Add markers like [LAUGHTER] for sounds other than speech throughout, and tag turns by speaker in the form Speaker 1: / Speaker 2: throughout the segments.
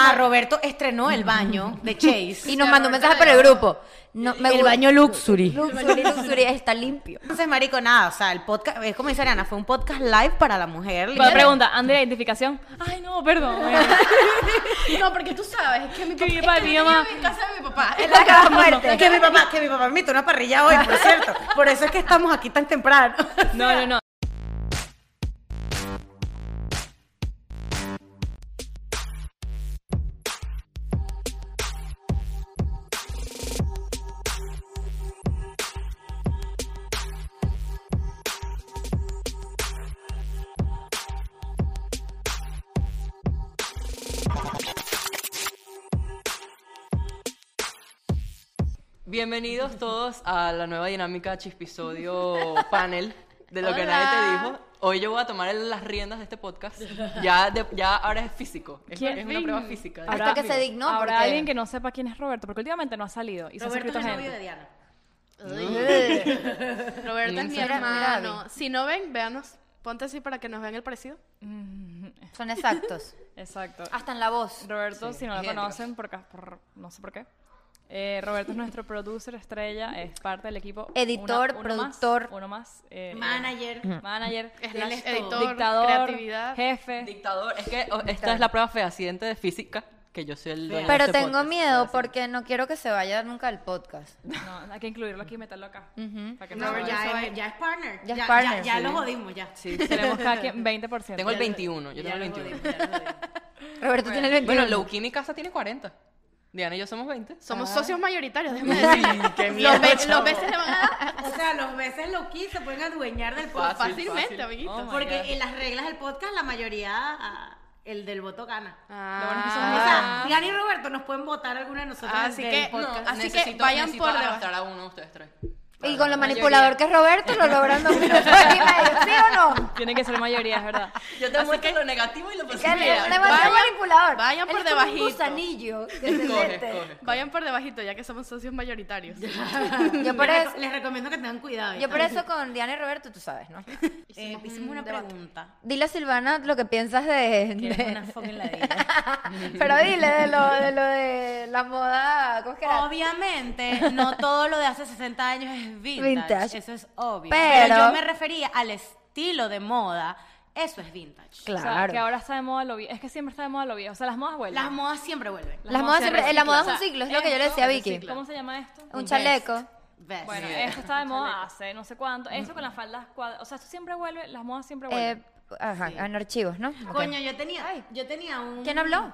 Speaker 1: A Roberto estrenó el baño de Chase. [LAUGHS]
Speaker 2: Y nos mandó un mensaje por el grupo. No, me
Speaker 3: El
Speaker 2: gu-
Speaker 3: baño Luxury.
Speaker 2: Luxury, Luxury está limpio.
Speaker 1: Entonces, marico, nada, o sea, el podcast, es como dice Ariana, fue un podcast live para la mujer.
Speaker 4: Cuando
Speaker 1: [LAUGHS]
Speaker 4: pregunta, ¿ande la identificación? Ay, no, perdón.
Speaker 5: [LAUGHS] No, porque tú sabes que mi papá.
Speaker 4: Que mi
Speaker 5: es
Speaker 4: papá,
Speaker 5: que
Speaker 4: mi
Speaker 5: yo
Speaker 4: mamá.
Speaker 5: vivo en casa de mi papá.
Speaker 1: [LAUGHS]
Speaker 2: Es la caja fuerte.
Speaker 1: Que mi papá, que mi papá me invitó una parrilla hoy, por cierto. Por eso es que estamos aquí tan [LAUGHS] temprano.
Speaker 4: No, no, no.
Speaker 6: Bienvenidos todos a la nueva dinámica Chispisodio Panel de lo que nadie te dijo. Hoy yo voy a tomar el- las riendas de este podcast. Ya, de- ya ahora es físico. Es,
Speaker 4: ¿Quién?
Speaker 6: es una prueba física.
Speaker 2: Hasta que se dignó,
Speaker 4: Habrá
Speaker 2: porque-
Speaker 4: alguien que no sepa quién es Roberto, porque últimamente no ha salido. Y se ha
Speaker 1: Roberto
Speaker 4: suscrito
Speaker 1: es el novio
Speaker 4: gente.
Speaker 1: de Diana.
Speaker 5: Roberto es mi
Speaker 6: Mira,
Speaker 2: mira,
Speaker 5: hermano.
Speaker 2: Abby.
Speaker 5: Si no ven, véanos. Ponte así para que nos vean el parecido.
Speaker 2: Son exactos.
Speaker 4: Exacto.
Speaker 2: Hasta en la voz.
Speaker 4: Roberto, si no lo
Speaker 6: idénticos.
Speaker 4: conocen, por, ca- por- no sé por qué. eh, Roberto es nuestro producer estrella, es parte del equipo.
Speaker 2: Editor,
Speaker 4: Una- uno más,
Speaker 2: productor.
Speaker 4: uno más. eh,
Speaker 1: Manager.
Speaker 4: Manager.
Speaker 5: Slash
Speaker 4: esto,
Speaker 5: editor,
Speaker 4: dictador,
Speaker 5: creatividad.
Speaker 4: jefe.
Speaker 6: Dictador. Es que oh, esta es la prueba fehaciente de física, que yo soy el dueño de
Speaker 2: Pero
Speaker 6: este
Speaker 2: tengo
Speaker 6: podcast.
Speaker 2: miedo porque no quiero que se vaya nunca el podcast.
Speaker 4: No, hay que incluirlo aquí y meterlo acá. Para que no,
Speaker 1: No,
Speaker 4: se
Speaker 5: ya
Speaker 1: ya,
Speaker 5: soy-
Speaker 1: es, ya es partner.
Speaker 2: Ya es partner,
Speaker 1: Ya,
Speaker 2: sí.
Speaker 1: lo jodimos, ya.
Speaker 6: Sí,
Speaker 4: vaya. Tenemos cada quien 20%.
Speaker 6: tengo el 21, yo tengo el 21.
Speaker 2: Roberto tiene el 21.
Speaker 6: Bueno, Lowkey mi casa tiene 40. Diana y yo somos 20.
Speaker 5: Somos socios mayoritarios, déjame decir.
Speaker 6: qué
Speaker 5: Los, be- los veces le van a dar
Speaker 1: [LAUGHS] O sea, los veces loquí se pueden adueñar del podcast.
Speaker 6: Fácil,
Speaker 5: fácilmente,
Speaker 6: fácil.
Speaker 5: amiguito.
Speaker 4: Oh my
Speaker 1: porque
Speaker 4: God.
Speaker 1: en las reglas del podcast, la mayoría, ah, el del voto gana.
Speaker 5: Ah,
Speaker 4: Lo bueno es que son
Speaker 1: O sea, Diana y Roberto nos pueden votar alguna de nosotros.
Speaker 5: Así
Speaker 1: del
Speaker 5: que-
Speaker 1: podcast.
Speaker 5: así que
Speaker 6: necesito-
Speaker 5: vayan
Speaker 6: necesito
Speaker 5: por debajo.
Speaker 6: arrastrar a uno de ustedes tres.
Speaker 2: y con lo
Speaker 6: La mayoría.
Speaker 2: manipulador que es Roberto, lo logran dos minutos aquí y medio, ¿Sí o no?
Speaker 4: Tiene que ser mayoría, es verdad.
Speaker 6: Yo te muestro lo negativo y lo
Speaker 2: Que él es
Speaker 6: positivo.
Speaker 2: demasiado
Speaker 5: vayan-
Speaker 2: manipulador.
Speaker 5: vayan
Speaker 2: Él
Speaker 5: por
Speaker 2: es como
Speaker 5: debajito.
Speaker 2: Un gusanillo que se
Speaker 6: Escoge,
Speaker 2: mete.
Speaker 6: escoge.
Speaker 5: Vayan por debajito, ya que somos socios mayoritarios.
Speaker 2: Yo por,
Speaker 1: les,
Speaker 2: eso,
Speaker 1: reco- les recomiendo que tengan cuidado.
Speaker 2: yo por
Speaker 1: ¿eh?
Speaker 2: eso con Diana y Roberto, tú sabes, ¿no?
Speaker 1: Eh, hicimos una pregunta.
Speaker 2: Dile a Silvana lo que piensas de...
Speaker 1: Que
Speaker 2: de-
Speaker 1: es una fucking ladilla.
Speaker 2: [LAUGHS] Pero dile de lo de, lo de la moda, ¿cómo es que era?
Speaker 1: Obviamente, no todo lo de hace 60 años es vintage.
Speaker 2: Vintage.
Speaker 1: Eso es obvio.
Speaker 2: Pero-
Speaker 1: yo me refería al estilo de moda. Eso es vintage.
Speaker 4: O sea, que ahora está de moda lo viejo. Es que siempre está de moda lo viejo. O sea, las modas vuelven.
Speaker 1: Las modas siempre vuelven.
Speaker 2: Las modas siempre, eh, la moda es un ciclo, es lo que yo le decía a Vicky.
Speaker 4: ¿Cómo se llama esto?
Speaker 2: Un chaleco.
Speaker 1: Ves.
Speaker 4: Bueno, eh,
Speaker 6: Sí.
Speaker 4: esto está de moda hace no sé cuánto. Esto con las faldas cuadradas. O sea, esto siempre vuelve, las modas siempre
Speaker 2: Eh,
Speaker 4: vuelven.
Speaker 2: ajá, en archivos, ¿no? Ok.
Speaker 1: Coño, yo tenía, yo tenía un...
Speaker 2: ¿Quién habló?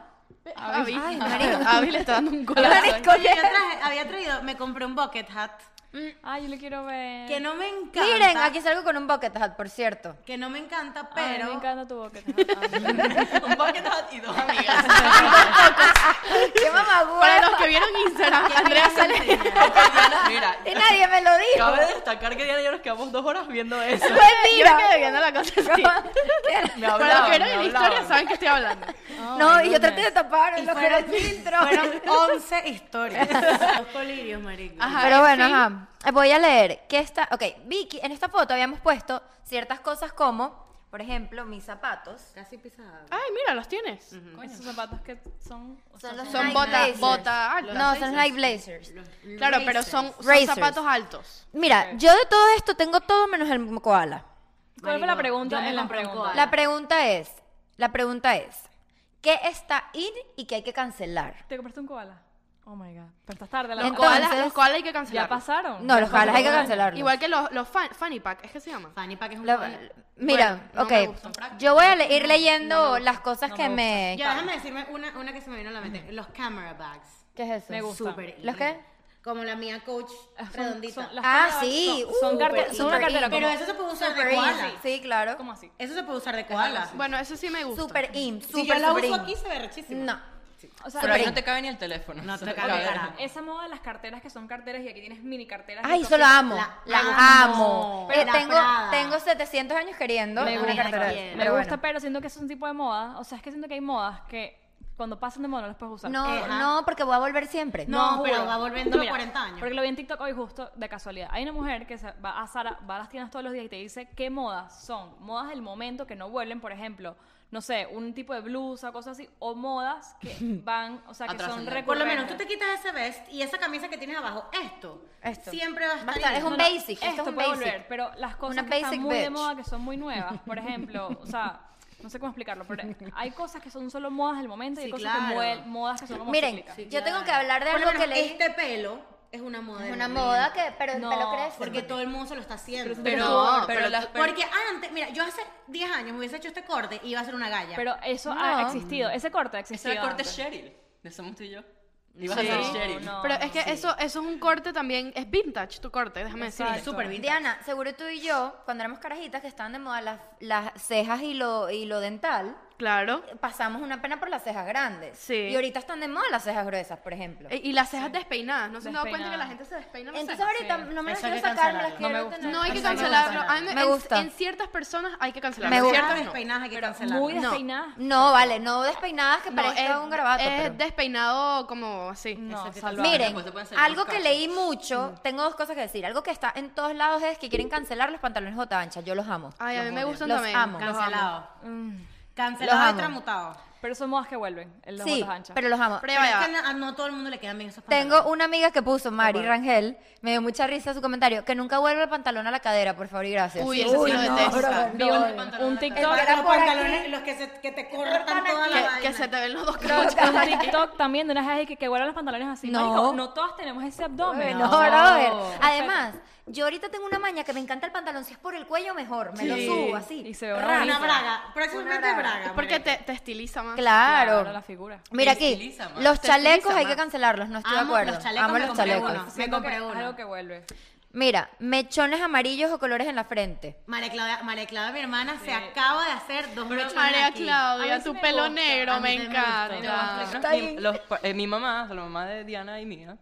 Speaker 5: Avi,
Speaker 2: Ay, marico.
Speaker 5: Avi le está dando un
Speaker 2: Marico,
Speaker 5: golazo.
Speaker 1: Coño, yo traje- había traído, me compré un bucket hat
Speaker 4: Ah, yo le quiero ver.
Speaker 1: que no me encanta.
Speaker 2: Miren, aquí salgo con un bucket hat, por cierto.
Speaker 1: Que no me encanta,
Speaker 4: Ay,
Speaker 1: pero...
Speaker 4: me
Speaker 1: [LAUGHS]
Speaker 4: encanta tu
Speaker 2: [LAUGHS]
Speaker 4: boca. Ay,
Speaker 6: Un bucket hat y dos amigas.
Speaker 2: ¡Qué mamá
Speaker 5: Para los que vieron Instagram, Andrea sale.
Speaker 6: Diana, mira,
Speaker 2: [LAUGHS] Y nadie me lo dijo.
Speaker 6: cabe destacar que Diana y yo nos quedamos dos horas viendo
Speaker 2: [LAUGHS]
Speaker 6: eso.
Speaker 2: Pues
Speaker 5: Yo me quedé
Speaker 2: mira. [LAUGHS]
Speaker 5: viendo la cosa
Speaker 6: Me
Speaker 5: así. Para los
Speaker 6: hablaban,
Speaker 5: que vieron en la
Speaker 6: me
Speaker 5: historia,
Speaker 6: hablaban.
Speaker 5: saben que estoy hablando.
Speaker 2: No, y yo traté de tapar
Speaker 1: Y
Speaker 2: lo que era el filtro.
Speaker 1: fueron 11 historias. [LAUGHS] Dos colirios, marico.
Speaker 5: Ajá,
Speaker 2: Pero
Speaker 5: en
Speaker 2: bueno,
Speaker 5: fin.
Speaker 2: ajá. Eh, Voy a leer. ¿Qué está? Ok, Vicky, en esta foto habíamos puesto ciertas cosas como, por ejemplo, mis zapatos.
Speaker 1: Casi pisada.
Speaker 2: Ah,
Speaker 5: Ay, mira, los tienes.
Speaker 4: Esos zapatos que son. o sea,
Speaker 2: los
Speaker 5: Son
Speaker 2: Nike
Speaker 5: botas,
Speaker 2: Blazers.
Speaker 5: botas altas.
Speaker 2: No, son Nike Blazers.
Speaker 5: Claro, pero son, son
Speaker 2: Racers.
Speaker 5: zapatos altos.
Speaker 2: Mira, yo de todo esto tengo todo menos el koala.
Speaker 4: ¿Cuál fue la pregunta?
Speaker 1: yo me
Speaker 4: en la
Speaker 1: compré un
Speaker 4: pregunta.
Speaker 1: koala.
Speaker 2: La pregunta es, la pregunta es, ¿qué está in y qué hay que cancelar?
Speaker 4: ¿Te compraste un koala? Oh my god. Pero estás tarde. La
Speaker 2: No,
Speaker 5: Los
Speaker 4: verdad.
Speaker 2: koala.
Speaker 5: koalas, los koalas hay que
Speaker 4: ¿Ya
Speaker 5: cancelar.
Speaker 4: pasaron?
Speaker 2: No,
Speaker 4: Ya
Speaker 2: los koalas hay que
Speaker 4: pasaron.
Speaker 2: cancelarlos.
Speaker 5: Igual que los, los fan- fanny pack, ¿es que se llama?
Speaker 1: Fanny Pack es un
Speaker 2: La-
Speaker 1: coño.
Speaker 2: mira,
Speaker 5: no me
Speaker 2: ok,
Speaker 5: gustan.
Speaker 2: yo voy a le- ir leyendo las cosas que me...
Speaker 1: Ya, déjame decirme una, una que se me vino a la mente. Los camera bags.
Speaker 2: ¿Qué es eso?
Speaker 4: Me gusta.
Speaker 1: Súper
Speaker 2: ¿Los
Speaker 1: in.
Speaker 2: qué?
Speaker 1: Como la mía coach
Speaker 4: Son-
Speaker 1: redondita.
Speaker 4: son las
Speaker 2: Ah,
Speaker 4: koalas
Speaker 2: sí,
Speaker 4: Son, son
Speaker 2: uh,
Speaker 4: carte-
Speaker 2: super
Speaker 4: son una
Speaker 2: in.
Speaker 4: cartera
Speaker 1: Pero
Speaker 4: como-
Speaker 1: eso se puede usar
Speaker 2: Super
Speaker 1: de koala.
Speaker 2: in. Sí, claro.
Speaker 4: como así.
Speaker 1: Eso se puede usar de koala.
Speaker 5: Bueno, eso sí me gusta.
Speaker 2: Super in, super,
Speaker 1: si yo la
Speaker 2: super
Speaker 1: uso
Speaker 2: in.
Speaker 1: aquí se ve rechísima.
Speaker 2: No.
Speaker 4: O sea,
Speaker 6: Pero
Speaker 2: Super
Speaker 6: ahí no
Speaker 2: in.
Speaker 6: te cabe ni el teléfono.
Speaker 1: No te
Speaker 6: Eso
Speaker 1: cabe carajo.
Speaker 4: Esa moda de las carteras que son carteras y aquí tienes mini carteras.
Speaker 2: Ay,
Speaker 4: y
Speaker 2: eso lo
Speaker 4: cosas.
Speaker 2: amo.
Speaker 1: La
Speaker 2: La,
Speaker 1: amo.
Speaker 2: amo.
Speaker 1: Pero
Speaker 2: Eh,
Speaker 1: la
Speaker 2: tengo,
Speaker 1: Prada.
Speaker 2: tengo 700 años queriendo
Speaker 4: Me
Speaker 2: una
Speaker 4: gusta,
Speaker 2: cartera.
Speaker 1: quiero.
Speaker 4: Me
Speaker 2: pero
Speaker 4: gusta,
Speaker 2: bueno.
Speaker 4: pero siento que es un tipo de moda. O sea, es que siento que hay modas que cuando pasan de moda no las puedes usar.
Speaker 2: No,
Speaker 1: Ajá.
Speaker 2: no, porque voy a volver siempre.
Speaker 1: No, pero
Speaker 4: juro.
Speaker 1: va volviendo
Speaker 4: No,
Speaker 1: a
Speaker 4: mira,
Speaker 1: 40 años.
Speaker 4: Porque lo vi en TikTok hoy justo de casualidad. Hay una mujer que se va a Zara, va a las tiendas todos los días y te dice qué modas son. Modas del momento que no vuelven, por ejemplo, no sé, un tipo de blusa, cosas así, o modas
Speaker 2: [LAUGHS]
Speaker 4: que van, o sea,
Speaker 6: A
Speaker 4: que son
Speaker 6: trascender.
Speaker 4: recurrentes.
Speaker 1: Por lo menos tú te quitas ese vest y esa camisa que tienes abajo, esto,
Speaker 2: Esto.
Speaker 1: siempre va a estar.
Speaker 2: Va a estar,
Speaker 1: ahí.
Speaker 2: es un
Speaker 1: No,
Speaker 4: No, no,
Speaker 2: basic, esto es un
Speaker 4: puede
Speaker 2: basic.
Speaker 4: volver, pero las cosas
Speaker 2: Una
Speaker 4: que están
Speaker 2: basic
Speaker 4: muy de
Speaker 2: bitch.
Speaker 4: moda, que
Speaker 2: [LAUGHS]
Speaker 4: son muy nuevas, por ejemplo, o sea, no sé cómo explicarlo, pero hay cosas que son solo modas del momento y
Speaker 1: Sí,
Speaker 4: hay cosas
Speaker 1: claro.
Speaker 4: que muel- modas que son como
Speaker 2: Miren,
Speaker 4: cíclicas.
Speaker 2: yo tengo que hablar de
Speaker 1: Por lo
Speaker 2: algo que
Speaker 1: menos
Speaker 2: leí.
Speaker 1: Este pelo es una moda.
Speaker 2: es
Speaker 1: del
Speaker 2: una
Speaker 1: momento.
Speaker 2: moda que, pero el
Speaker 4: No,
Speaker 2: pelo crece.
Speaker 1: Porque todo el mundo se lo está haciendo.
Speaker 6: Pero,
Speaker 5: No,
Speaker 6: pero, las- pero-
Speaker 1: Porque antes, mira, yo hace 10 años me hubiese hecho este corte y iba a ser una galla.
Speaker 4: Pero eso
Speaker 2: No.
Speaker 4: ha existido, ese corte ha
Speaker 6: Ese
Speaker 4: existido.
Speaker 6: era el corte
Speaker 4: antes.
Speaker 6: Cheryl. De Somos tú y yo. Ibas
Speaker 4: Sí.
Speaker 6: a
Speaker 4: No,
Speaker 6: ser Cheryl.
Speaker 4: no.
Speaker 5: Pero es que eso, eso es un corte también, es vintage tu corte, déjame decir.
Speaker 1: sí, súper bien.
Speaker 2: Diana, seguro tú y yo, cuando éramos carajitas que estaban de moda las, las cejas y lo, y lo dental,
Speaker 5: Claro.
Speaker 2: pasamos una pena por las cejas grandes.
Speaker 5: Sí.
Speaker 2: Y ahorita están de moda las cejas gruesas, por ejemplo.
Speaker 5: E- Y las cejas despeinadas, no se han dado cuenta que la
Speaker 4: Despeinadas.
Speaker 5: gente se despeina las
Speaker 2: Entonces
Speaker 5: cejas?
Speaker 2: ahorita no me las
Speaker 1: Eso hay
Speaker 2: quiero
Speaker 1: que
Speaker 2: sacar, me las
Speaker 1: cancelarlo.
Speaker 2: quiero
Speaker 4: No me
Speaker 2: tener.
Speaker 5: No hay que
Speaker 2: Eso me
Speaker 5: cancelarlo.
Speaker 2: gusta.
Speaker 5: A mí
Speaker 2: Me
Speaker 5: en-
Speaker 2: gusta.
Speaker 5: En, ciertas personas hay que cancelarlo.
Speaker 2: Me
Speaker 5: en
Speaker 2: gusta.
Speaker 5: ciertas
Speaker 1: Ciertas
Speaker 5: no.
Speaker 1: despeinadas hay que cancelar.
Speaker 4: Muy
Speaker 5: No.
Speaker 4: despeinada.
Speaker 2: No, vale, no despeinadas que
Speaker 5: No, eh,
Speaker 2: parezca un garabato.
Speaker 5: es
Speaker 2: pero-
Speaker 5: despeinado como así.
Speaker 4: No,
Speaker 1: Eso-
Speaker 4: salvaje.
Speaker 2: Miren,
Speaker 6: Después te pueden salir
Speaker 2: algo
Speaker 6: los
Speaker 2: que
Speaker 6: cachos.
Speaker 2: leí
Speaker 4: Mm.
Speaker 2: mucho, tengo dos cosas que decir. Algo que está en todos lados es que quieren cancelar los pantalones J ancha. Yo los amo.
Speaker 4: Ah,
Speaker 5: Ay, a mí me
Speaker 1: odio.
Speaker 5: gustan
Speaker 2: Los
Speaker 5: también.
Speaker 2: amo.
Speaker 5: los
Speaker 1: Cancelado.
Speaker 4: Mm,
Speaker 2: Los
Speaker 1: Cancelado y
Speaker 2: amo.
Speaker 1: tramutado.
Speaker 4: Pero son modas que vuelven, en las
Speaker 2: sí,
Speaker 4: botas anchas.
Speaker 2: pero los amo.
Speaker 5: Pero ya
Speaker 1: Pero
Speaker 5: va, ya
Speaker 1: es
Speaker 5: va.
Speaker 1: que a no todo el mundo le quedan bien esos pantalones.
Speaker 2: Tengo una amiga que puso, Mari Rangel, me dio mucha risa su comentario, que nunca vuelva el pantalón a la cadera, por favor y gracias.
Speaker 5: Uy, ese sí lo detesto.
Speaker 4: Vi un, un
Speaker 1: El-
Speaker 4: TikTok,
Speaker 2: Era
Speaker 1: los
Speaker 2: por
Speaker 1: pantalones,
Speaker 2: aquí.
Speaker 1: los que, se, que te cortan toda la vaina.
Speaker 5: Que, que se te ven los dos
Speaker 2: No,
Speaker 5: cachos.
Speaker 4: [LAUGHS] un TikTok también de unas jevas que, que vuelan los pantalones así.
Speaker 2: No.
Speaker 4: Marico, no todas tenemos ese abdomen.
Speaker 2: No, brother. Además, yo ahorita tengo una maña que me encanta el pantalón, si es por el cuello mejor, me lo
Speaker 4: Sí.
Speaker 2: subo así.
Speaker 4: Y se ve
Speaker 2: Ra-
Speaker 4: bonito.
Speaker 1: Una braga. Próximamente
Speaker 2: Una braga.
Speaker 1: braga.
Speaker 5: Porque
Speaker 1: marica.
Speaker 5: te, te estiliza más.
Speaker 2: Claro.
Speaker 4: la figura.
Speaker 2: Mira
Speaker 6: Te
Speaker 2: aquí,
Speaker 6: estiliza más.
Speaker 2: los
Speaker 5: Te
Speaker 2: chalecos
Speaker 5: estiliza
Speaker 2: hay que
Speaker 5: más.
Speaker 2: cancelarlos, no estoy
Speaker 1: Amo
Speaker 2: de acuerdo.
Speaker 1: los chalecos,
Speaker 2: Amo
Speaker 1: me
Speaker 2: los
Speaker 1: compré
Speaker 2: chalecos.
Speaker 1: uno.
Speaker 4: Siento
Speaker 1: compré
Speaker 4: que es
Speaker 1: uno.
Speaker 4: algo que vuelve.
Speaker 2: Mira, mechones amarillos o colores en la frente.
Speaker 1: María Claudia, María Claudia, mi hermana, se acaba de hacer dos mechones
Speaker 5: María
Speaker 1: aquí.
Speaker 4: A
Speaker 5: Claudia,
Speaker 4: mí sí
Speaker 5: tu
Speaker 4: me
Speaker 5: pelo
Speaker 4: gusta.
Speaker 5: negro
Speaker 1: A mí
Speaker 5: me
Speaker 1: también me gusta.
Speaker 6: Te voy a
Speaker 5: encanta.
Speaker 6: explicar.
Speaker 2: Está
Speaker 6: Mi-
Speaker 2: bien.
Speaker 6: los pa- eh, mi mamá, o sea, la mamá de Diana y mía,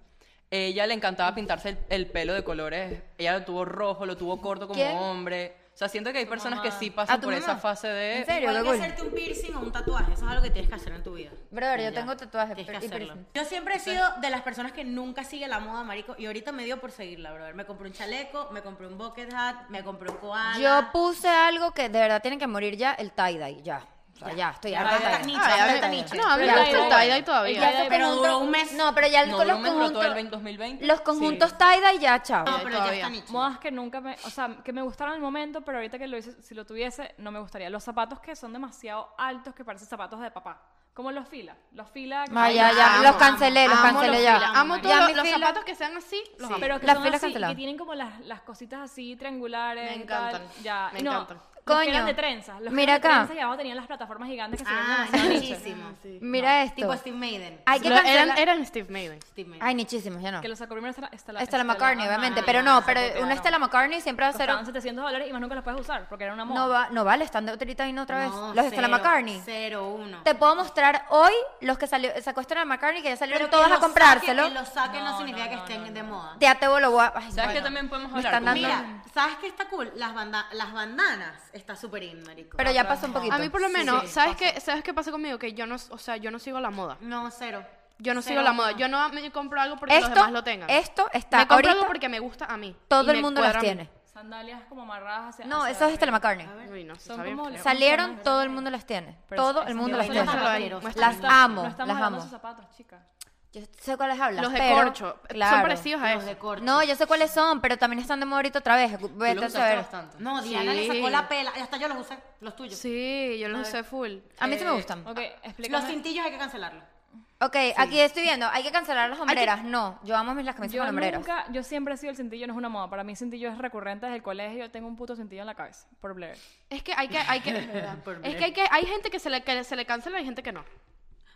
Speaker 6: ella le encantaba pintarse el, el pelo de colores. Ella lo tuvo rojo, lo tuvo corto como
Speaker 2: ¿Quién?
Speaker 6: hombre. O sea, siento que hay personas que sí
Speaker 2: ¿A
Speaker 6: pasan
Speaker 2: tu
Speaker 6: por
Speaker 2: mamá?
Speaker 6: esa fase de...
Speaker 2: ¿En serio?
Speaker 1: Igual
Speaker 2: Qué
Speaker 1: que
Speaker 2: cool.
Speaker 1: hacerte un piercing o un tatuaje, eso es algo que tienes que hacer en tu vida.
Speaker 2: Brother,
Speaker 1: Y
Speaker 2: yo
Speaker 1: ya.
Speaker 2: tengo tatuajes,
Speaker 1: Tienes que
Speaker 2: pero- y
Speaker 1: hacerlo.
Speaker 2: piercing.
Speaker 1: Yo siempre he sido de las personas que nunca sigue la moda, marico, y ahorita me dio por seguirla, brother. Me compré un chaleco, me compré un bucket hat, me compré un koala.
Speaker 2: Yo puse algo que de verdad tienen que morir ya, el tie-dye, ya. O sea, ya, estoy harta
Speaker 1: Hasta
Speaker 2: de tie-dye.
Speaker 1: Nietzsche,
Speaker 5: Ay, a
Speaker 1: hasta
Speaker 5: mí-
Speaker 1: esta Nietzsche.
Speaker 5: No, a mí me
Speaker 4: Pero
Speaker 5: gusta el
Speaker 4: ya-
Speaker 5: tie-dye
Speaker 2: Ya
Speaker 5: todavía.
Speaker 2: esos
Speaker 1: pero
Speaker 2: conjuntos-
Speaker 1: duró un mes.
Speaker 2: No, pero ya
Speaker 6: No,
Speaker 2: con
Speaker 6: duró
Speaker 2: los
Speaker 6: un mes, pero todo el
Speaker 2: conjuntos.
Speaker 6: 20, 2020.
Speaker 2: Los conjuntos tie-dye ya, chao.
Speaker 1: No, pero ya
Speaker 5: todavía.
Speaker 1: está Nietzsche.
Speaker 4: Modas que nunca me, o sea, que me gustaron en el momento, pero ahorita que lo hice, si lo tuviese, no me gustaría. Los zapatos que son demasiado altos, que parecen zapatos de papá. Como los fila. Los fila. que
Speaker 2: No,
Speaker 4: son-
Speaker 2: Ah, ya, ya,
Speaker 5: Amo,
Speaker 2: los cancelé, los
Speaker 5: amo
Speaker 2: cancelé ya.
Speaker 5: filas, Amo
Speaker 2: Ya
Speaker 5: todos
Speaker 2: mis
Speaker 5: los, los
Speaker 2: filas-
Speaker 5: zapatos que sean así, los amo.
Speaker 4: Pero que
Speaker 2: Las
Speaker 4: son
Speaker 2: filas
Speaker 4: así, y
Speaker 2: canceladas.
Speaker 4: que tienen como las, las cositas así triangulares.
Speaker 5: Me
Speaker 4: y tal.
Speaker 5: encantan,
Speaker 4: Ya,
Speaker 5: me
Speaker 4: no,
Speaker 5: encantan.
Speaker 4: los que eran
Speaker 2: Coño,
Speaker 4: de trenzas. Los que
Speaker 2: mira
Speaker 4: eran de
Speaker 2: acá.
Speaker 4: trenzas y abajo tenían las plataformas gigantes que se ven
Speaker 1: Ah,
Speaker 4: demasiado niche.
Speaker 1: nichísimo.
Speaker 2: Mira esto.
Speaker 1: Tipo Steve Maiden.
Speaker 2: Hay que
Speaker 5: Lo-
Speaker 2: cancelar.
Speaker 5: eran, eran Steve Maiden.
Speaker 1: Steve Maiden.
Speaker 2: Ay, nichísimos, ya no.
Speaker 4: Que los sacó primero Estela, Estela,
Speaker 2: Estela McCartney, obviamente,
Speaker 4: ajá,
Speaker 2: pero no,
Speaker 4: se
Speaker 2: pero
Speaker 4: copiaron.
Speaker 2: una Estela McCartney siempre va a ser...
Speaker 4: Costaban 700 dólares y más nunca las puedes usar porque era una moda.
Speaker 2: No, va, no vale, están de ahorita y no otra vez.
Speaker 1: No,
Speaker 2: los Estela
Speaker 1: cero,
Speaker 2: McCartney.
Speaker 1: Cero, uno.
Speaker 2: Te puedo mostrar hoy los que salió, sacó Estela McCartney, que ya
Speaker 1: Pero
Speaker 2: salieron
Speaker 1: que
Speaker 2: todos
Speaker 1: lo
Speaker 2: a comprárselo.
Speaker 1: saquen- Que los saquen no,
Speaker 4: No,
Speaker 1: significa
Speaker 4: no,
Speaker 1: que
Speaker 4: no,
Speaker 1: estén
Speaker 4: no, no.
Speaker 1: de moda.
Speaker 2: Ya te lo voy a... ay,
Speaker 6: ¿Sabes
Speaker 2: bueno.
Speaker 6: qué también podemos
Speaker 2: me
Speaker 6: hablar?
Speaker 2: están
Speaker 6: Como-
Speaker 2: dando-
Speaker 1: Mira, ¿sabes qué está cool? Las, banda- las bandanas está súper in, marico.
Speaker 2: Pero ya pasó un poquito.
Speaker 5: A mí por lo menos, ¿sabes qué? ¿Sabes qué pasa conmigo? Que yo no, o sea, yo no sigo la moda.
Speaker 1: No, cero.
Speaker 5: Yo no sigo
Speaker 1: Cero,
Speaker 5: la moda.
Speaker 1: uno.
Speaker 5: Yo no me compro algo porque
Speaker 2: esto,
Speaker 5: los demás lo tengan.
Speaker 2: esto está
Speaker 5: me compro algo
Speaker 2: ahorita,
Speaker 5: porque me gusta a mí. y
Speaker 2: todo el
Speaker 5: me
Speaker 2: mundo las
Speaker 5: cuadra a mí.
Speaker 2: tiene.
Speaker 4: Sandalias como amarradas hacia
Speaker 2: No, eso
Speaker 4: hacia
Speaker 2: es
Speaker 4: arriba.
Speaker 2: Estela McCartney.
Speaker 5: Uy, no, eso
Speaker 4: Son
Speaker 5: está bien
Speaker 4: como
Speaker 5: feo.
Speaker 2: Salieron, todo el mundo las tiene.
Speaker 4: Pero
Speaker 2: Todo
Speaker 4: es-
Speaker 2: el
Speaker 4: es
Speaker 2: mundo
Speaker 4: que
Speaker 2: las
Speaker 4: vaina
Speaker 2: tiene.
Speaker 5: Muéstralo ahí,
Speaker 1: Las
Speaker 5: muéstralo.
Speaker 2: Las
Speaker 4: No
Speaker 2: amo, las
Speaker 4: estamos hablando de
Speaker 2: amo.
Speaker 4: sus zapatos, chicas.
Speaker 2: Yo sé cuáles hablas,
Speaker 5: Los de
Speaker 2: pero-
Speaker 5: corcho. Son
Speaker 2: claro.
Speaker 5: parecidos a
Speaker 1: Los
Speaker 5: eso.
Speaker 1: de corcho.
Speaker 2: No, yo sé cuáles son, pero también están de moda ahorita otra vez.
Speaker 6: Tú lo
Speaker 2: Vete a
Speaker 6: usaste
Speaker 2: saber.
Speaker 6: bastante.
Speaker 1: No, Diana le sacó
Speaker 5: Sí.
Speaker 1: la pela. Hasta yo los usé, los tuyos.
Speaker 5: Sí, yo los usé full.
Speaker 2: A mí sí
Speaker 5: Eh,
Speaker 2: me gustan.
Speaker 4: Ok,
Speaker 1: Los
Speaker 4: explícame.
Speaker 1: cintillos hay que cancelarlos.
Speaker 2: Ok, aquí estoy viendo. Hay que cancelar las hombreras. No, yo amo mis las camisas con
Speaker 4: Yo
Speaker 2: hombreras.
Speaker 4: nunca, yo siempre he sido el cintillo, no es una moda. Para mí el cintillo es recurrente desde el colegio. Tengo un puto cintillo en la cabeza, por Blair.
Speaker 5: Es que hay que, hay que, es que hay que, hay gente que se le, que se le cancela y hay gente que no.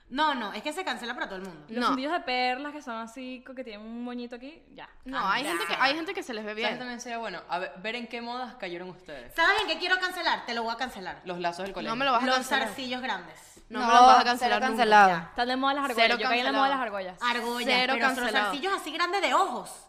Speaker 1: No, no, es que se cancela para todo el mundo.
Speaker 4: Los
Speaker 5: No.
Speaker 4: cintillos de perlas que son así, co- que tienen un moñito aquí, ya.
Speaker 5: No, hay gente que, hay gente que se les ve
Speaker 6: ¿Sabes
Speaker 5: bien.
Speaker 6: también sería bueno? A ver, ver en qué modas cayeron ustedes.
Speaker 1: ¿Sabes en qué quiero cancelar? Te lo voy a cancelar.
Speaker 6: Los lazos del colegio.
Speaker 5: No me lo vas a
Speaker 1: Los
Speaker 5: cancelar.
Speaker 1: zarcillos grandes.
Speaker 5: No, me lo vas a
Speaker 2: cero
Speaker 5: cancelar nunca.
Speaker 2: cancelado.
Speaker 4: Están de moda las argollas.
Speaker 5: Cero
Speaker 4: yo caí en la moda de las
Speaker 5: cancelado.
Speaker 2: Ah,
Speaker 4: argollas.
Speaker 1: Argollas, pero
Speaker 5: Cero
Speaker 1: son los
Speaker 5: cancelado.
Speaker 1: zarcillos así grandes de ojos. Eso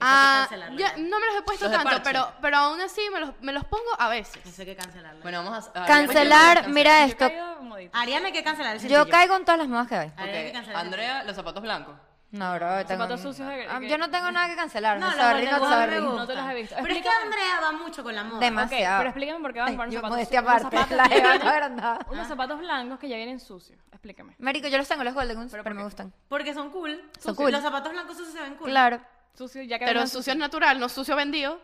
Speaker 5: Ah,
Speaker 1: hay que cancelarlo.
Speaker 5: ya, no me los he puesto
Speaker 6: Los de
Speaker 5: tanto,
Speaker 6: parche.
Speaker 5: pero, pero aún así me los, me los pongo a veces.
Speaker 1: Eso hay que cancelarlo.
Speaker 6: Bueno, vamos a... a-
Speaker 2: Cancelar, mira
Speaker 4: Yo he
Speaker 2: esto. Ah,
Speaker 4: caído en moditas. favorita.
Speaker 1: Ariana hay que cancelar el
Speaker 2: Yo
Speaker 1: cepillo.
Speaker 2: caigo en todas las modas que hay.
Speaker 1: Ariana hay que
Speaker 6: Ok,
Speaker 1: cancelar el
Speaker 6: Andrea, los zapatos blancos.
Speaker 2: No, bro, tengo...
Speaker 4: Zapatos sucios de-
Speaker 2: Ah,
Speaker 4: que-
Speaker 2: Yo no tengo nada que cancelar. No,
Speaker 1: No,
Speaker 2: sorry,
Speaker 1: los Golden
Speaker 2: no,
Speaker 1: Globe
Speaker 2: sorry.
Speaker 1: me
Speaker 4: No te los he
Speaker 1: gustan.
Speaker 4: visto.
Speaker 1: Pero es que
Speaker 4: Explícame.
Speaker 1: Andrea va mucho con la moda.
Speaker 4: Ok,
Speaker 2: Demasiado.
Speaker 4: pero explícame por qué van a
Speaker 2: Ay,
Speaker 4: poner
Speaker 2: yo
Speaker 4: zapatos
Speaker 2: modestia
Speaker 4: sucios. Unos
Speaker 2: aparte,
Speaker 4: zapatos que
Speaker 2: la [LAUGHS]
Speaker 4: vienen-
Speaker 2: verdad.
Speaker 4: Unos zapatos blancos que ya vienen sucios. Explícame.
Speaker 2: Marico, yo los tengo, los Golden Goons,
Speaker 4: ¿Pero
Speaker 2: pero,
Speaker 4: por
Speaker 2: me
Speaker 4: qué?
Speaker 2: gustan.
Speaker 1: Porque son cool.
Speaker 2: Son cool.
Speaker 1: Los zapatos blancos sucios se ven cool.
Speaker 2: Claro.
Speaker 4: Sucio, ya que
Speaker 5: Pero
Speaker 4: vengan
Speaker 5: sucio es natural, no sucio vendido.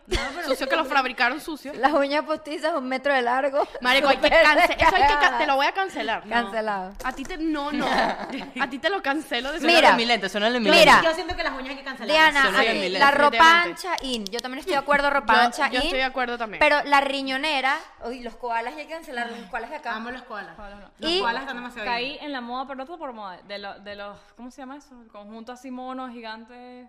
Speaker 5: Sucio que lo fabricaron sucio.
Speaker 2: Las uñas postizas, un metro de largo.
Speaker 5: Marico, hay que
Speaker 2: Súper
Speaker 5: cance- eso hay que ca-
Speaker 2: delgadas.
Speaker 5: te lo voy a cancelar.
Speaker 2: Cancelado.
Speaker 5: A ti te no, no. A ti te lo cancelo de
Speaker 2: Mira.
Speaker 6: mi lente, suena el de mi
Speaker 2: Mira.
Speaker 6: lente.
Speaker 1: Yo siento que las uñas hay que cancelar.
Speaker 2: Diana,
Speaker 6: Suena
Speaker 2: aquí,
Speaker 6: bien, Milena.
Speaker 2: la ropa
Speaker 5: Definitivamente.
Speaker 2: ancha in. Yo también estoy de acuerdo, ropa
Speaker 5: Yo,
Speaker 2: ancha
Speaker 5: yo
Speaker 2: in.
Speaker 5: estoy de acuerdo también.
Speaker 2: Pero la riñonera, uy, los koalas ya hay que cancelar, los koalas de acá.
Speaker 1: Amo los koalas.
Speaker 4: Koalas
Speaker 1: Los
Speaker 2: Y-
Speaker 1: koalas están demasiado
Speaker 4: Caí
Speaker 1: bien.
Speaker 4: en la moda, pero no todo por moda, de, lo- de los, ¿cómo se llama eso? El conjunto así mono, gigante,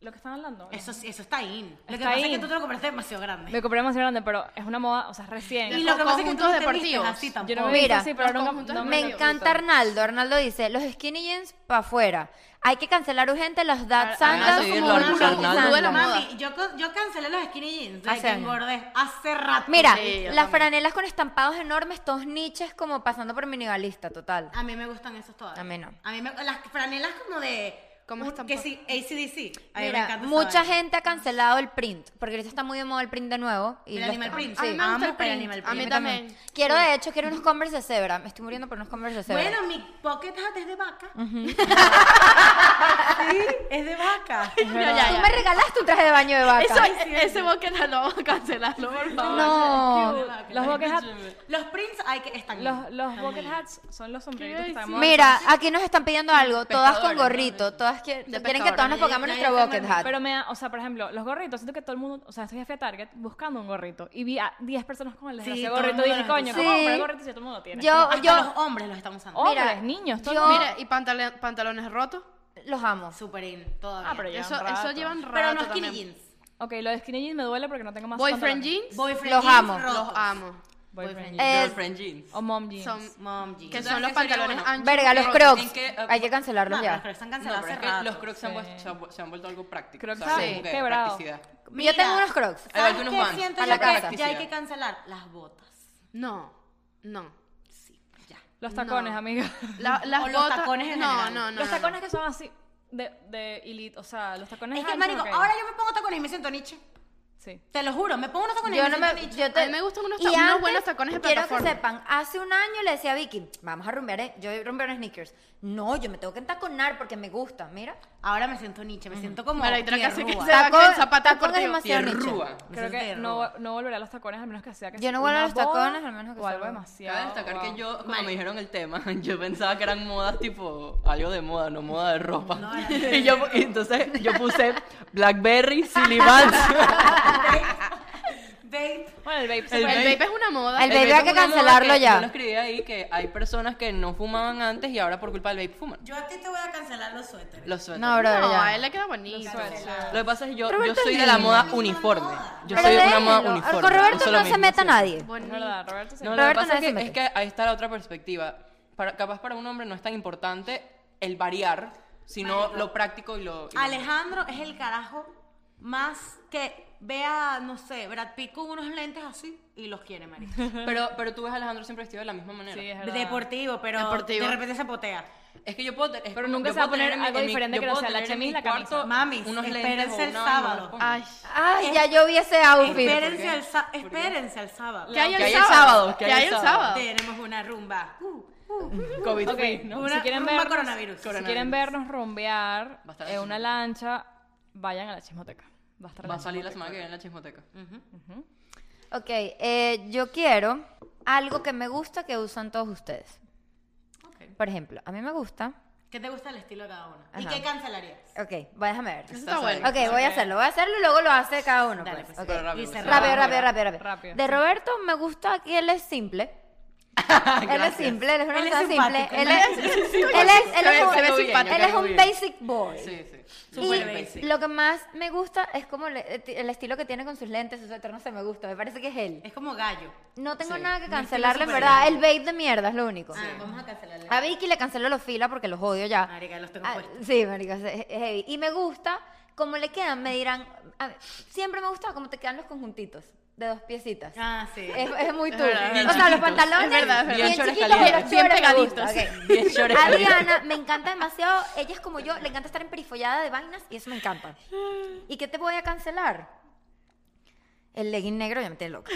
Speaker 4: lo que están hablando.
Speaker 1: Eso, sí- eso está in. Lo que
Speaker 4: Está
Speaker 1: pasa es que
Speaker 4: in.
Speaker 1: tú te lo compraste demasiado grande.
Speaker 4: Me compré más grande, pero es una moda, o sea, recién.
Speaker 1: Y
Speaker 5: Los
Speaker 4: Yo
Speaker 1: lo que pasa es que tú no
Speaker 5: conjuntos
Speaker 1: te vistes
Speaker 5: deportivos.
Speaker 1: así
Speaker 4: no me
Speaker 1: tampoco.
Speaker 4: he
Speaker 2: Mira,
Speaker 4: visto así, pero
Speaker 5: los
Speaker 4: nunca-
Speaker 5: conjuntos
Speaker 4: no
Speaker 5: de
Speaker 2: Me
Speaker 4: he visto.
Speaker 2: encanta Arnaldo. Arnaldo dice, los skinny jeans para afuera. Hay que cancelar urgente los dad sandals
Speaker 6: sí,
Speaker 2: como
Speaker 6: los
Speaker 2: un
Speaker 6: Arnaldo.
Speaker 2: Gucci
Speaker 6: Arnaldo
Speaker 5: de la
Speaker 2: sandals.
Speaker 5: moda.
Speaker 1: Mami, yo, co- yo cancelé los skinny jeans. De
Speaker 2: Hace
Speaker 1: que
Speaker 2: años.
Speaker 1: engordé hace rato.
Speaker 2: [LAUGHS] Mira,
Speaker 5: Sí, yo
Speaker 2: las
Speaker 5: también.
Speaker 2: franelas con estampados enormes, todos niches como pasando por minimalista, total.
Speaker 1: A mí me gustan esos todavía.
Speaker 2: A mí no.
Speaker 1: A mí me, las franelas como de...
Speaker 5: ¿Cómo
Speaker 1: un-
Speaker 5: están
Speaker 1: Que
Speaker 5: pa-
Speaker 1: sí, ACDC. A mí me
Speaker 2: Mira,
Speaker 1: encanta esa
Speaker 2: mucha
Speaker 1: vaina.
Speaker 2: gente ha cancelado el print, porque ahorita está muy de moda el print de nuevo. Y
Speaker 1: El
Speaker 2: los-
Speaker 1: animal print.
Speaker 5: a mí
Speaker 2: sí.
Speaker 5: me
Speaker 1: Amo
Speaker 5: gusta el
Speaker 1: para el
Speaker 5: print.
Speaker 1: animal
Speaker 5: A mí
Speaker 1: print.
Speaker 5: también.
Speaker 2: Quiero, de hecho, quiero unos Converse de Zebra. Me estoy muriendo por unos Converse de Zebra.
Speaker 1: Bueno, mi pocket hat es de vaca. [LAUGHS] sí, es de vaca.
Speaker 5: Mira, ya,
Speaker 2: Tú
Speaker 5: ya.
Speaker 2: me regalaste un traje de baño de vaca.
Speaker 5: Eso, e-, ese boquete no vamos a cancelarlo, por favor.
Speaker 2: no.
Speaker 4: Los bucket, hat-
Speaker 1: Los prints hay que están
Speaker 4: los, los
Speaker 1: Están
Speaker 4: bucket
Speaker 1: bien.
Speaker 4: hats son los sombreritos que
Speaker 5: iba a
Speaker 4: están de moda.
Speaker 2: Mira, aquí nos están pidiendo algo. Todas con
Speaker 5: Pescadores,
Speaker 2: gorrito. Todas que,
Speaker 5: De
Speaker 2: quieren que todas nos pongamos
Speaker 5: pescadores.
Speaker 1: Ya, ya
Speaker 2: nuestro
Speaker 1: estamos
Speaker 2: bucket
Speaker 1: en-
Speaker 2: hat.
Speaker 4: Pero me da, o sea, por ejemplo, los gorritos, siento que todo el mundo, o sea, estoy fui a Target buscando un gorrito y vi a 10 personas con el
Speaker 1: Sí,
Speaker 4: desgraciado
Speaker 1: todo el
Speaker 4: gorrito y
Speaker 1: mundo
Speaker 4: dije,
Speaker 1: lo
Speaker 4: coño,
Speaker 2: usa.
Speaker 4: ¿cómo
Speaker 2: Sí.
Speaker 4: comprar gorritos si todo el mundo lo tiene? Oh,
Speaker 2: yo,
Speaker 1: Hasta
Speaker 2: yo,
Speaker 1: los hombres los están usando.
Speaker 4: Hombres,
Speaker 2: mira,
Speaker 4: niños, todo
Speaker 2: yo-
Speaker 4: el mundo.
Speaker 5: Mira, y pantale- pantalones rotos.
Speaker 2: los amo.
Speaker 1: Super in, todavía.
Speaker 4: Ah, pero ya
Speaker 5: Eso,
Speaker 4: un
Speaker 5: eso
Speaker 4: rato.
Speaker 5: llevan rato.
Speaker 1: Pero no skinny
Speaker 5: también.
Speaker 1: jeans.
Speaker 4: Ok, lo de skinny jeans me duele porque no tengo más
Speaker 5: Boyfriend
Speaker 4: pantalones.
Speaker 5: jeans.
Speaker 1: Boyfriend
Speaker 2: Los
Speaker 1: jeans
Speaker 2: amo.
Speaker 1: rotos.
Speaker 5: Los amo.
Speaker 4: Boyfriend
Speaker 1: Boyfriend
Speaker 4: jeans.
Speaker 2: Eh,
Speaker 6: Girlfriend jeans.
Speaker 1: Oh,
Speaker 4: O mom jeans.
Speaker 5: Son,
Speaker 1: Mom jeans.
Speaker 5: que
Speaker 1: No,
Speaker 6: ¿Sabes qué
Speaker 5: son los
Speaker 6: sería
Speaker 5: pantalones
Speaker 6: bueno?
Speaker 5: anchos.
Speaker 2: Verga, los
Speaker 5: rotos.
Speaker 2: crocs.
Speaker 6: ¿En qué, eh,
Speaker 2: Hay que cancelarlos
Speaker 1: pero los
Speaker 2: ya.
Speaker 1: que están
Speaker 6: No,
Speaker 1: cancelados
Speaker 6: pero es
Speaker 1: hace
Speaker 6: que
Speaker 1: rato.
Speaker 6: los crocs se han,
Speaker 4: sí.
Speaker 6: vu- se han vu- se han vuelto algo práctico.
Speaker 4: Crocs
Speaker 6: o sea,
Speaker 4: sí,
Speaker 6: como que
Speaker 4: quebrado.
Speaker 6: practicidad.
Speaker 2: Yo tengo unos crocs.
Speaker 6: Hay
Speaker 1: ¿Sabes
Speaker 6: algunos
Speaker 1: qué
Speaker 6: vans,
Speaker 1: siento
Speaker 2: a
Speaker 1: yo
Speaker 2: la
Speaker 1: que
Speaker 2: casa.
Speaker 1: Ya hay que cancelar las botas.
Speaker 5: No, no.
Speaker 1: Sí, ya.
Speaker 4: Los tacones,
Speaker 5: No.
Speaker 4: amiga.
Speaker 5: La- las
Speaker 1: O los
Speaker 5: botas-
Speaker 1: tacones en
Speaker 5: no,
Speaker 1: general.
Speaker 5: no, no.
Speaker 4: los
Speaker 5: no, no.
Speaker 4: tacones que son así de, de hilito, o sea, los tacones
Speaker 1: Es que,
Speaker 4: anchos,
Speaker 1: marico,
Speaker 4: ok.
Speaker 1: ahora yo me pongo tacones y me siento niche.
Speaker 4: Sí.
Speaker 1: Te lo juro, me pongo unos tacones y me
Speaker 2: Yo no
Speaker 1: siento
Speaker 2: me,
Speaker 1: niche.
Speaker 2: yo te-
Speaker 5: A mí me gustan unos
Speaker 2: Y
Speaker 5: ta- unos
Speaker 2: antes,
Speaker 5: buenos tacones de
Speaker 2: quiero
Speaker 5: plataforma.
Speaker 2: que sepan, hace un año le decía a Vicky, vamos a rumbear, eh, yo voy a rumbear unos sneakers. No, yo me tengo que entaconar porque me gusta, mira.
Speaker 1: Ahora me siento niche, me siento como
Speaker 5: Mira, y trae que se-
Speaker 1: tierrúa.
Speaker 5: Se va
Speaker 2: Tacón-
Speaker 5: con el zapato
Speaker 2: tacón es
Speaker 5: deportivo.
Speaker 2: demasiado nicho.
Speaker 6: Pierrúa.
Speaker 1: Me
Speaker 4: Creo
Speaker 1: siento
Speaker 4: que no,
Speaker 1: tierrúa.
Speaker 4: no volveré a los tacones, al menos que sea que
Speaker 2: Yo
Speaker 4: sea
Speaker 2: no vuelvo a
Speaker 4: una
Speaker 2: los tacones,
Speaker 4: boda
Speaker 2: al menos que
Speaker 4: o
Speaker 2: sea
Speaker 4: algo
Speaker 2: una-
Speaker 4: demasiado.
Speaker 1: oh,
Speaker 6: Cabe destacar que yo, cuando
Speaker 1: Marico.
Speaker 6: me dijeron el tema, [LAUGHS] yo pensaba que eran modas tipo algo de moda, no moda de ropa.
Speaker 1: No, era
Speaker 6: [LAUGHS] y yo y entonces yo puse Blackberry, Silly Vans.
Speaker 1: [LAUGHS] [LAUGHS] Babe,
Speaker 4: Bueno, el vape se
Speaker 6: El
Speaker 4: puede-
Speaker 5: El
Speaker 6: vape-
Speaker 5: vape es una moda.
Speaker 2: El baby
Speaker 6: vape
Speaker 2: hay que
Speaker 6: es una moda
Speaker 2: cancelarlo
Speaker 6: que-
Speaker 2: ya.
Speaker 6: Yo lo escribí ahí que hay personas que no fumaban antes y ahora por culpa del vape fuman.
Speaker 1: yo a ti te voy a cancelar los suéteres.
Speaker 6: Los suéteres.
Speaker 2: No, brother,
Speaker 5: No,
Speaker 2: ya.
Speaker 5: a él le queda bonito.
Speaker 6: Lo que pasa es que yo, yo
Speaker 2: Roberto
Speaker 6: soy
Speaker 2: es
Speaker 6: de la
Speaker 2: lindo.
Speaker 6: moda uniforme. Yo
Speaker 2: Pero
Speaker 6: soy de una
Speaker 2: déjenlo,
Speaker 6: moda uniforme.
Speaker 2: Con Roberto
Speaker 6: uso lo
Speaker 2: no se
Speaker 6: mismo
Speaker 2: mete a
Speaker 6: siempre.
Speaker 2: nadie.
Speaker 4: Es
Speaker 5: Bonito.
Speaker 4: verdad, Roberto se
Speaker 6: No, lo que
Speaker 2: Roberto
Speaker 6: pasa
Speaker 2: no
Speaker 6: es,
Speaker 2: se
Speaker 6: que,
Speaker 2: mete.
Speaker 6: es que ahí está la otra perspectiva. Para, capaz para un hombre no es tan importante el variar, sino lo práctico y lo... y lo-
Speaker 1: Alejandro es el carajo más que vea, no sé, Brad Pitt con unos lentes así y los quiere, marico.
Speaker 6: [LAUGHS] Pero, pero tú ves a Alejandro siempre vestido de la misma manera.
Speaker 4: Sí, es verdad.
Speaker 1: Deportivo, pero
Speaker 5: Deportivo.
Speaker 1: de repente se potea.
Speaker 6: Es que yo puedo... te- es
Speaker 4: Pero
Speaker 6: como-
Speaker 4: nunca
Speaker 6: yo
Speaker 4: se va a
Speaker 6: puedo
Speaker 4: poner
Speaker 6: tener en mi-
Speaker 4: algo
Speaker 6: en mi-
Speaker 4: diferente
Speaker 6: yo
Speaker 4: que no
Speaker 6: puedo
Speaker 4: sea la
Speaker 6: tener en
Speaker 4: chemise y
Speaker 6: mi
Speaker 4: la camisa.
Speaker 6: cuarto
Speaker 1: Mamis, espérense
Speaker 6: o
Speaker 1: el
Speaker 6: una pues. vaina,
Speaker 1: sábado.
Speaker 6: los pongo.
Speaker 5: Ay.
Speaker 2: Ay, ya yo vi ese outfit.
Speaker 1: Espérense al, sa- espérense al sábado.
Speaker 5: ¿Qué hay
Speaker 6: Que
Speaker 5: el
Speaker 6: hay el
Speaker 5: sábado?
Speaker 6: sábado,
Speaker 5: ¿Qué hay el sábado?
Speaker 1: Tenemos una rumba. Uh,
Speaker 6: COVID
Speaker 4: Ok,
Speaker 6: free, ¿no?
Speaker 1: Una
Speaker 4: si quieren
Speaker 1: rumba
Speaker 4: vernos,
Speaker 1: coronavirus.
Speaker 4: Si
Speaker 6: Coronavirus.
Speaker 4: quieren vernos rumbear
Speaker 6: Va a estar la
Speaker 4: en una
Speaker 6: chismoteca.
Speaker 4: lancha, vayan a la chismoteca. Va a estar
Speaker 6: Va a salir la semana que
Speaker 4: chismoteca.
Speaker 6: viene en la chismoteca.
Speaker 2: Ok, eh, yo quiero algo que me gusta que usan todos ustedes. Por ejemplo, a mí me gusta.
Speaker 1: ¿Qué te gusta el estilo de cada uno? ¿Y
Speaker 2: Ajá.
Speaker 1: qué cancelarías?
Speaker 2: Ok, voy- déjame ver.
Speaker 5: Eso
Speaker 2: Ok,
Speaker 5: está bueno.
Speaker 2: voy a hacerlo, voy a hacerlo y luego lo hace cada uno.
Speaker 1: Dale,
Speaker 2: pues.
Speaker 1: pues,
Speaker 2: Ok.
Speaker 6: Pero rápido,
Speaker 1: Dice
Speaker 6: sí.
Speaker 2: Rápido, rápido, rápido, rápido.
Speaker 4: Rápido.
Speaker 2: De Roberto me gusta que él es simple. él es simple, él es una
Speaker 1: Él es
Speaker 2: persona simple.
Speaker 1: simpático.
Speaker 2: Él es, él es, él
Speaker 5: Se
Speaker 2: es
Speaker 5: ve-
Speaker 2: un,
Speaker 5: se ve
Speaker 2: él es
Speaker 5: simpático,
Speaker 2: un
Speaker 6: se ve bien.
Speaker 2: basic boy.
Speaker 6: Sí, sí.
Speaker 1: Súper
Speaker 2: y
Speaker 1: basic.
Speaker 2: lo que más me gusta es como le- el estilo que tiene con sus lentes, sus suéter, no sé, me gusta, me parece que es él.
Speaker 1: Es como gallo.
Speaker 2: No tengo
Speaker 6: Sí,
Speaker 2: nada que
Speaker 1: un estilo
Speaker 2: cancelarle, en
Speaker 1: súper
Speaker 2: verdad. El
Speaker 1: elegante.
Speaker 2: babe de mierda es lo único.
Speaker 1: Ah, vamos a cancelarle.
Speaker 2: A Vicky le canceló los filas porque los odio ya.
Speaker 1: Marica, los tengo
Speaker 2: Ah,
Speaker 1: puestos.
Speaker 2: sí, marica, es es heavy. Y me gusta cómo le quedan, me dirán, a mí- siempre me ha gustado cómo te quedan los conjuntitos. de dos piecitas.
Speaker 1: Ah, sí.
Speaker 2: Es, es muy tú.
Speaker 5: verdad,
Speaker 2: o
Speaker 6: es
Speaker 2: sea, los
Speaker 6: verdad.
Speaker 2: pantalones
Speaker 5: Es verdad,
Speaker 2: bien,
Speaker 6: verdad.
Speaker 5: es
Speaker 6: Bien
Speaker 2: chiquitos,
Speaker 6: chores
Speaker 2: pero
Speaker 5: calientes. Bien
Speaker 2: chores me gusta,
Speaker 5: pegaditos.
Speaker 2: ok.
Speaker 6: Bien chores
Speaker 2: Adriana, me encanta demasiado. Ella es como yo, le encanta estar emperifollada de vainas y eso me encanta. ¿Y qué te voy a cancelar? El legging negro ya me tiene loca.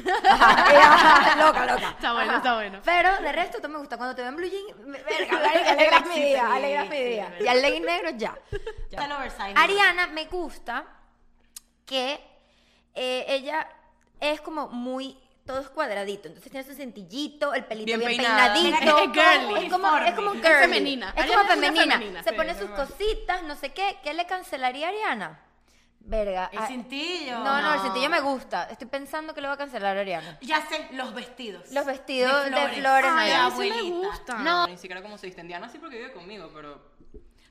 Speaker 2: Ajá, loca, loca.
Speaker 5: Está bueno,
Speaker 2: Ajá.
Speaker 5: está bueno.
Speaker 2: Pero de resto, todo me gusta. Cuando te veo en blue jean, me- verga, verga,
Speaker 5: [LAUGHS]
Speaker 2: alegras mi día, alegras mi día. Y al legging negro ya.
Speaker 1: Está el oversize.
Speaker 2: Ariana me gusta que eh, ella es como muy todo es cuadradito, entonces tiene su sentillito, el pelito bien,
Speaker 6: Bien peinada.
Speaker 2: peinadito,
Speaker 5: Es girly,
Speaker 2: es como es como
Speaker 1: es
Speaker 2: girly,
Speaker 5: femenina.
Speaker 2: es
Speaker 5: Ariana
Speaker 2: como
Speaker 5: es una
Speaker 2: femenina,
Speaker 5: femenina,
Speaker 2: se
Speaker 5: sí,
Speaker 2: pone sus cositas, no sé qué, ¿qué le cancelaría a Ariana? Verga,
Speaker 1: El
Speaker 2: ah,
Speaker 1: cintillo.
Speaker 2: no, no, el cintillo me gusta, estoy pensando que le voy a cancelar a Ariana.
Speaker 1: Ya sé, los vestidos.
Speaker 2: Los vestidos de flores,
Speaker 1: Ay,
Speaker 2: Navidad.
Speaker 1: la
Speaker 5: Ay, eso me
Speaker 1: abuelita.
Speaker 5: gusta.
Speaker 6: No. Ni siquiera como se disten. Diana sí porque vive conmigo, pero.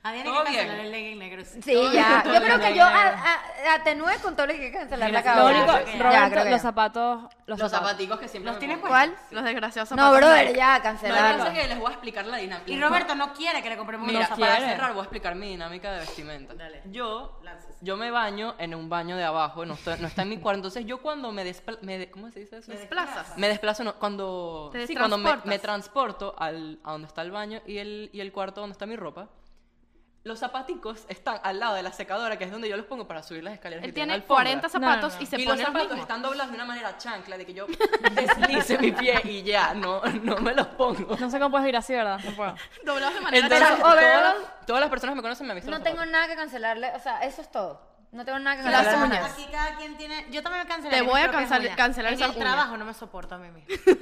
Speaker 1: Había que
Speaker 6: Todo bien.
Speaker 1: cancelar el legging negro. sí.
Speaker 2: Sí, ya, yo
Speaker 6: todo
Speaker 2: creo
Speaker 6: lo
Speaker 2: que
Speaker 6: que
Speaker 2: yo
Speaker 6: le-
Speaker 2: a- a- atenué con todo lo que hay que cancelar la
Speaker 6: Mira,
Speaker 4: Lo
Speaker 2: cabeza.
Speaker 4: único,
Speaker 1: creo que ya.
Speaker 2: Ya,
Speaker 4: Roberto,
Speaker 2: creo que
Speaker 4: los
Speaker 2: ya.
Speaker 4: zapatos. Los,
Speaker 6: Los
Speaker 4: zapatos.
Speaker 6: zapaticos que siempre.
Speaker 1: ¿Los
Speaker 6: me
Speaker 1: tienes
Speaker 6: pongo.
Speaker 1: puestos?
Speaker 5: Los desgraciados
Speaker 2: No,
Speaker 5: zapatos.
Speaker 2: brother, ya,
Speaker 6: No,
Speaker 2: cancelar.
Speaker 6: lo que pasa es que les voy a explicar la dinámica.
Speaker 1: Y Roberto no quiere que le compremos unos
Speaker 6: [LAUGHS] Mira, para
Speaker 1: zapatos.
Speaker 4: ¿quiere?
Speaker 6: cerrar voy a explicar mi dinámica de vestimenta.
Speaker 1: Dale.
Speaker 6: Yo,
Speaker 1: Lanzas.
Speaker 6: yo me baño en un baño de abajo, no, estoy- no está en mi cuarto. Entonces yo cuando me desplazo, ¿cómo se dice eso?
Speaker 5: Plazas.
Speaker 6: Me desplazo, no, cuando,
Speaker 5: Te
Speaker 6: sí, cuando me,
Speaker 5: transportas.
Speaker 6: me transporto al, a donde está el baño y el, y el cuarto donde está mi ropa. Los zapaticos están al lado de la secadora, que es donde yo los pongo para subir las escaleras.
Speaker 5: Él
Speaker 6: que tienen
Speaker 5: tiene
Speaker 6: alfombra.
Speaker 5: 40
Speaker 4: No, no,
Speaker 5: zapatos
Speaker 4: no.
Speaker 5: y se
Speaker 6: y los
Speaker 5: pone los
Speaker 6: zapatos
Speaker 5: mismos.
Speaker 6: están doblados de una manera chancla, de que yo deslice mi pie y ya, no, no me los pongo.
Speaker 4: No sé cómo puedes ir así, ¿verdad? No puedo.
Speaker 5: Doblados de manera
Speaker 6: Entonces,
Speaker 2: Pero overall-
Speaker 6: todas, todas las personas que me conocen me han visto
Speaker 2: No
Speaker 6: los
Speaker 2: tengo
Speaker 6: zapatos.
Speaker 2: nada que cancelarle, o sea, eso es todo. No tengo nada que
Speaker 5: Las
Speaker 2: cancelarle.
Speaker 5: uñas.
Speaker 2: nada.
Speaker 1: Aquí cada quien tiene. Yo también cancelé.
Speaker 5: Te voy a cancel- cancelar
Speaker 1: en
Speaker 5: esa
Speaker 1: el
Speaker 5: uña.
Speaker 1: trabajo no me soporto a mí
Speaker 5: [LAUGHS]
Speaker 1: misma.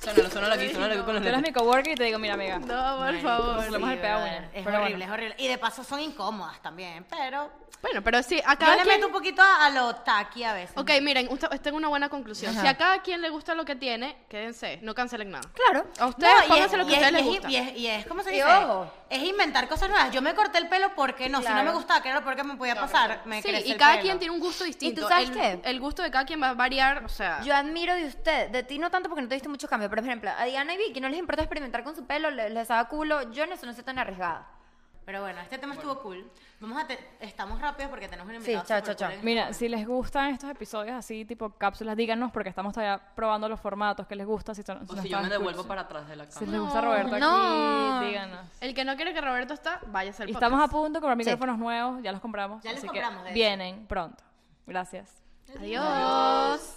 Speaker 6: Suénalo, suénalo aquí, suénalo aquí con los
Speaker 4: Tú eres mi
Speaker 6: dedos.
Speaker 4: coworker y te digo, mira, amiga.
Speaker 5: No, por
Speaker 4: Nos
Speaker 5: favor.
Speaker 4: lo hemos
Speaker 1: Sí,
Speaker 4: pegado
Speaker 1: brother,
Speaker 4: uña.
Speaker 1: Es
Speaker 4: Pero
Speaker 1: horrible, es horrible. Y de paso son incómodas también, pero.
Speaker 5: Bueno, pero sí, a
Speaker 1: Yo
Speaker 5: cada
Speaker 1: le
Speaker 5: quien-
Speaker 1: meto un poquito a, a lo taqui a veces.
Speaker 5: Ok, miren, esta esta es una buena conclusión. Si a cada quien le gusta lo que tiene, quédense, no cancelen nada.
Speaker 2: Claro.
Speaker 5: A ustedes,
Speaker 1: y
Speaker 5: pónganse
Speaker 1: es-
Speaker 5: lo que
Speaker 1: y
Speaker 5: a
Speaker 1: es-
Speaker 5: ustedes
Speaker 1: y
Speaker 5: les
Speaker 1: es-
Speaker 5: gusta.
Speaker 1: Y es, y es- ¿cómo se
Speaker 2: Y
Speaker 1: dice?
Speaker 2: ojo.
Speaker 1: Es inventar cosas nuevas. Yo me corté el pelo porque no, si no
Speaker 2: Claro.
Speaker 1: me gustaba, que era lo peor que me podía pasar, me
Speaker 5: Sí,
Speaker 1: crece
Speaker 5: y
Speaker 1: el
Speaker 5: cada
Speaker 1: pelo.
Speaker 5: quien tiene un gusto distinto.
Speaker 2: sabes
Speaker 5: el,
Speaker 2: qué?
Speaker 5: El gusto de cada quien va a variar, o sea...
Speaker 2: Yo admiro de usted, de ti no tanto porque no te diste mucho cambio, pero por ejemplo, a Diana y Vicky no les importa experimentar con su pelo, le- les, daba culo, yo en eso no soy tan arriesgada.
Speaker 1: Pero bueno, este tema estuvo cool. Vamos a te- estamos rápidos porque tenemos un
Speaker 2: Sí,
Speaker 1: invitado.
Speaker 2: chao,
Speaker 1: supercool
Speaker 2: chao,
Speaker 1: en
Speaker 2: chao.
Speaker 1: este
Speaker 4: Mira,
Speaker 1: momento.
Speaker 4: si les gustan estos episodios así, tipo cápsulas, díganos, porque estamos todavía probando los formatos que les gusta. Si, son-
Speaker 6: O
Speaker 4: no
Speaker 6: si yo
Speaker 4: están
Speaker 6: me
Speaker 4: cool.
Speaker 6: devuelvo para atrás de la
Speaker 4: Si
Speaker 6: cama.
Speaker 4: les gusta Roberto
Speaker 2: No.
Speaker 4: aquí, díganos.
Speaker 5: El que no quiere que Roberto está, váyase al
Speaker 4: Y
Speaker 5: podcast.
Speaker 4: estamos a punto de comprar
Speaker 2: Sí.
Speaker 4: micrófonos nuevos, ya los compramos.
Speaker 1: Ya los
Speaker 4: así
Speaker 1: compramos, de
Speaker 4: que
Speaker 1: hecho.
Speaker 4: vienen pronto. Gracias.
Speaker 5: Adiós.